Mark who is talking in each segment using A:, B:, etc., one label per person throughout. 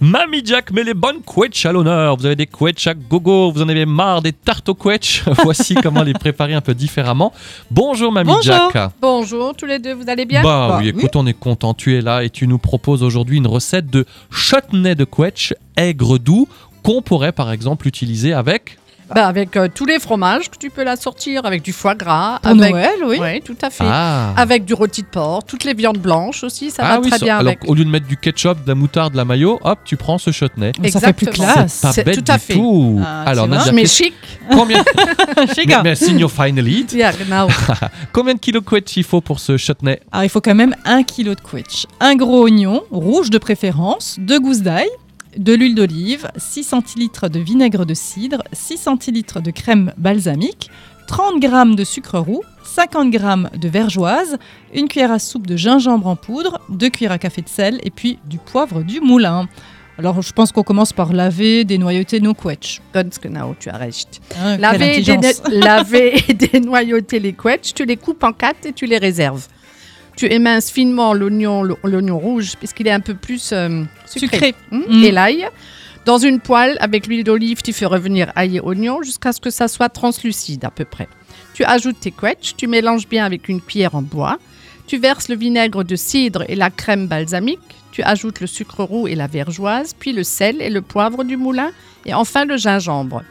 A: Mamie Jack met les bonnes quetch à l'honneur. Vous avez des quetch à gogo, vous en avez marre des tartes aux quetch. Voici comment les préparer un peu différemment. Bonjour Mamie
B: Bonjour.
A: Jack.
B: Bonjour, tous les deux, vous allez bien
A: Bah, oui, écoute, on est content, tu es là et tu nous proposes aujourd'hui une recette de chutney de quetch aigre doux qu'on pourrait par exemple utiliser avec
B: Bah, avec euh, tous les fromages que tu peux la sortir, avec du foie gras,
C: Pour
B: avec
C: Noël, oui.
B: Ouais, tout à fait.
A: ah.
B: Avec du rôti de porc, toutes les viandes blanches aussi, ça
A: Ah
B: va
A: oui,
B: très
A: ça-
B: bien
A: alors
B: avec.
A: au lieu de mettre du ketchup, de la moutarde, de la mayo, hop, tu prends ce chutney.
C: Ça fait plus
B: Exactement.
C: classe.
A: Pas
B: C'est
A: bête
B: tout à
A: du
B: fait.
A: tout.
C: Ah,
A: alors
C: tu vois.
A: Nadia,
B: Hein Mais
A: qu'est-ce-
B: chic.
A: combien
C: Chica.
A: Merci your final eat.
B: Yeah, genau.
A: Combien de kilos de couettes il faut pour ce chutney
C: Alors, il faut quand même un kilo de quiche, un gros oignon, rouge de préférence, deux gousses d'ail, de l'huile d'olive, 6 centilitres de vinaigre de cidre, 6 centilitres de crème balsamique, 30 g de sucre roux, 50 g de vergeoise, une cuillère à soupe de gingembre en poudre, deux cuillères à café de sel et puis du poivre du moulin. Alors, je pense qu'on commence par laver, dénoyauter nos quiches.
B: Ganz genau, tu as raison.
C: Hein, quelle
B: Laver et,
C: intelligence.
B: déno- laver et dénoyauter les couettes, tu les coupes en quatre et tu les réserves. Tu éminces finement l'oignon l'oignon rouge, puisqu'il est un peu plus euh, sucré.
C: Sucré.
B: Hum,
C: Mm.
B: et l'ail. Dans une poêle, avec l'huile d'olive, tu fais revenir ail et oignon jusqu'à ce que ça soit translucide à peu près. Tu ajoutes tes quetchs, tu mélanges bien avec une cuillère en bois. Tu verses le vinaigre de cidre et la crème balsamique. Tu ajoutes le sucre roux et la vergeoise, puis le sel et le poivre du moulin, et enfin le gingembre.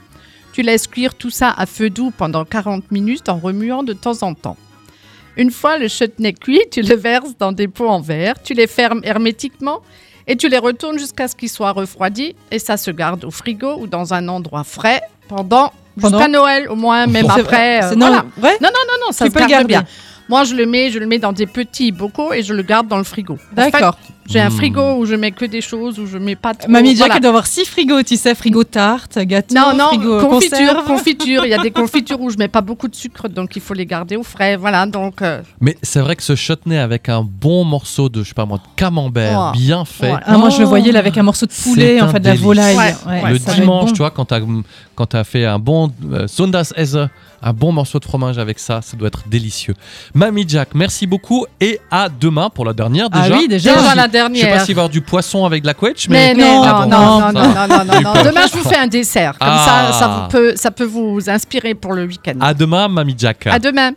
B: Tu laisses cuire tout ça à feu doux pendant 40 minutes en remuant de temps en temps. Une fois le chutney cuit, tu le verses dans des pots en verre, tu les fermes hermétiquement et tu les retournes jusqu'à ce qu'ils soient refroidis et ça se garde au frigo ou dans un endroit frais pendant,
C: Pendant-
B: jusqu'à Noël au moins, même
C: C'est
B: après.
C: vrai,
B: euh,
C: c'est- non,
B: voilà. Ah
C: ouais,
B: Non, non, ça
C: tu
B: se
C: peux le
B: garde
C: garder.
B: bien. Moi, je le mets, je le mets dans des petits bocaux et je le garde dans le frigo. En fait,
C: D'accord.
B: J'ai un
A: Hmm.
B: frigo où je mets que des choses où je mets pas trop.
C: Mamie Jack,
B: Oh, voilà.
C: elle doit avoir six frigos, tu sais, frigo tarte, gâteau,
B: Non, non,
C: frigo
B: confiture,
C: conserve.
B: confiture. Il y a des confitures où je mets pas beaucoup de sucre, donc il faut les garder au frais. Voilà, donc euh,
A: Mais c'est vrai que ce chutney avec un bon morceau de, je sais pas moi, de camembert
B: Ouais.
A: bien fait.
B: Ouais.
C: Ah, moi, je le
B: Oh.
C: voyais là avec un morceau de poulet,
A: C'est
C: en
A: un
C: fait, de la
A: délice.
C: volaille.
B: Ouais,
A: le
C: ça va être
A: dimanche,
C: bon.
A: tu vois, quand t'as quand t'as fait un bon euh, Sondagsesse, un bon morceau de fromage avec ça, ça doit être délicieux. Mamie Jack, merci beaucoup et à demain pour la dernière
C: Ah
A: déjà.
C: oui, déjà.
B: déjà la
A: Je sais
B: dernière.
A: pas s'il va y avoir du poisson avec de la quetch, mais,
B: Mais non,
A: Ah
B: non,
A: bon,
B: non, non,
A: ça
B: non,
A: va.
B: non, non,
A: J'ai eu
B: non.
A: peur.
B: Demain, je vous fais un dessert. Comme
A: Ah.
B: ça, ça, vous peut, ça peut vous inspirer pour le week-end.
A: à demain, Mamie Jack.
B: À demain.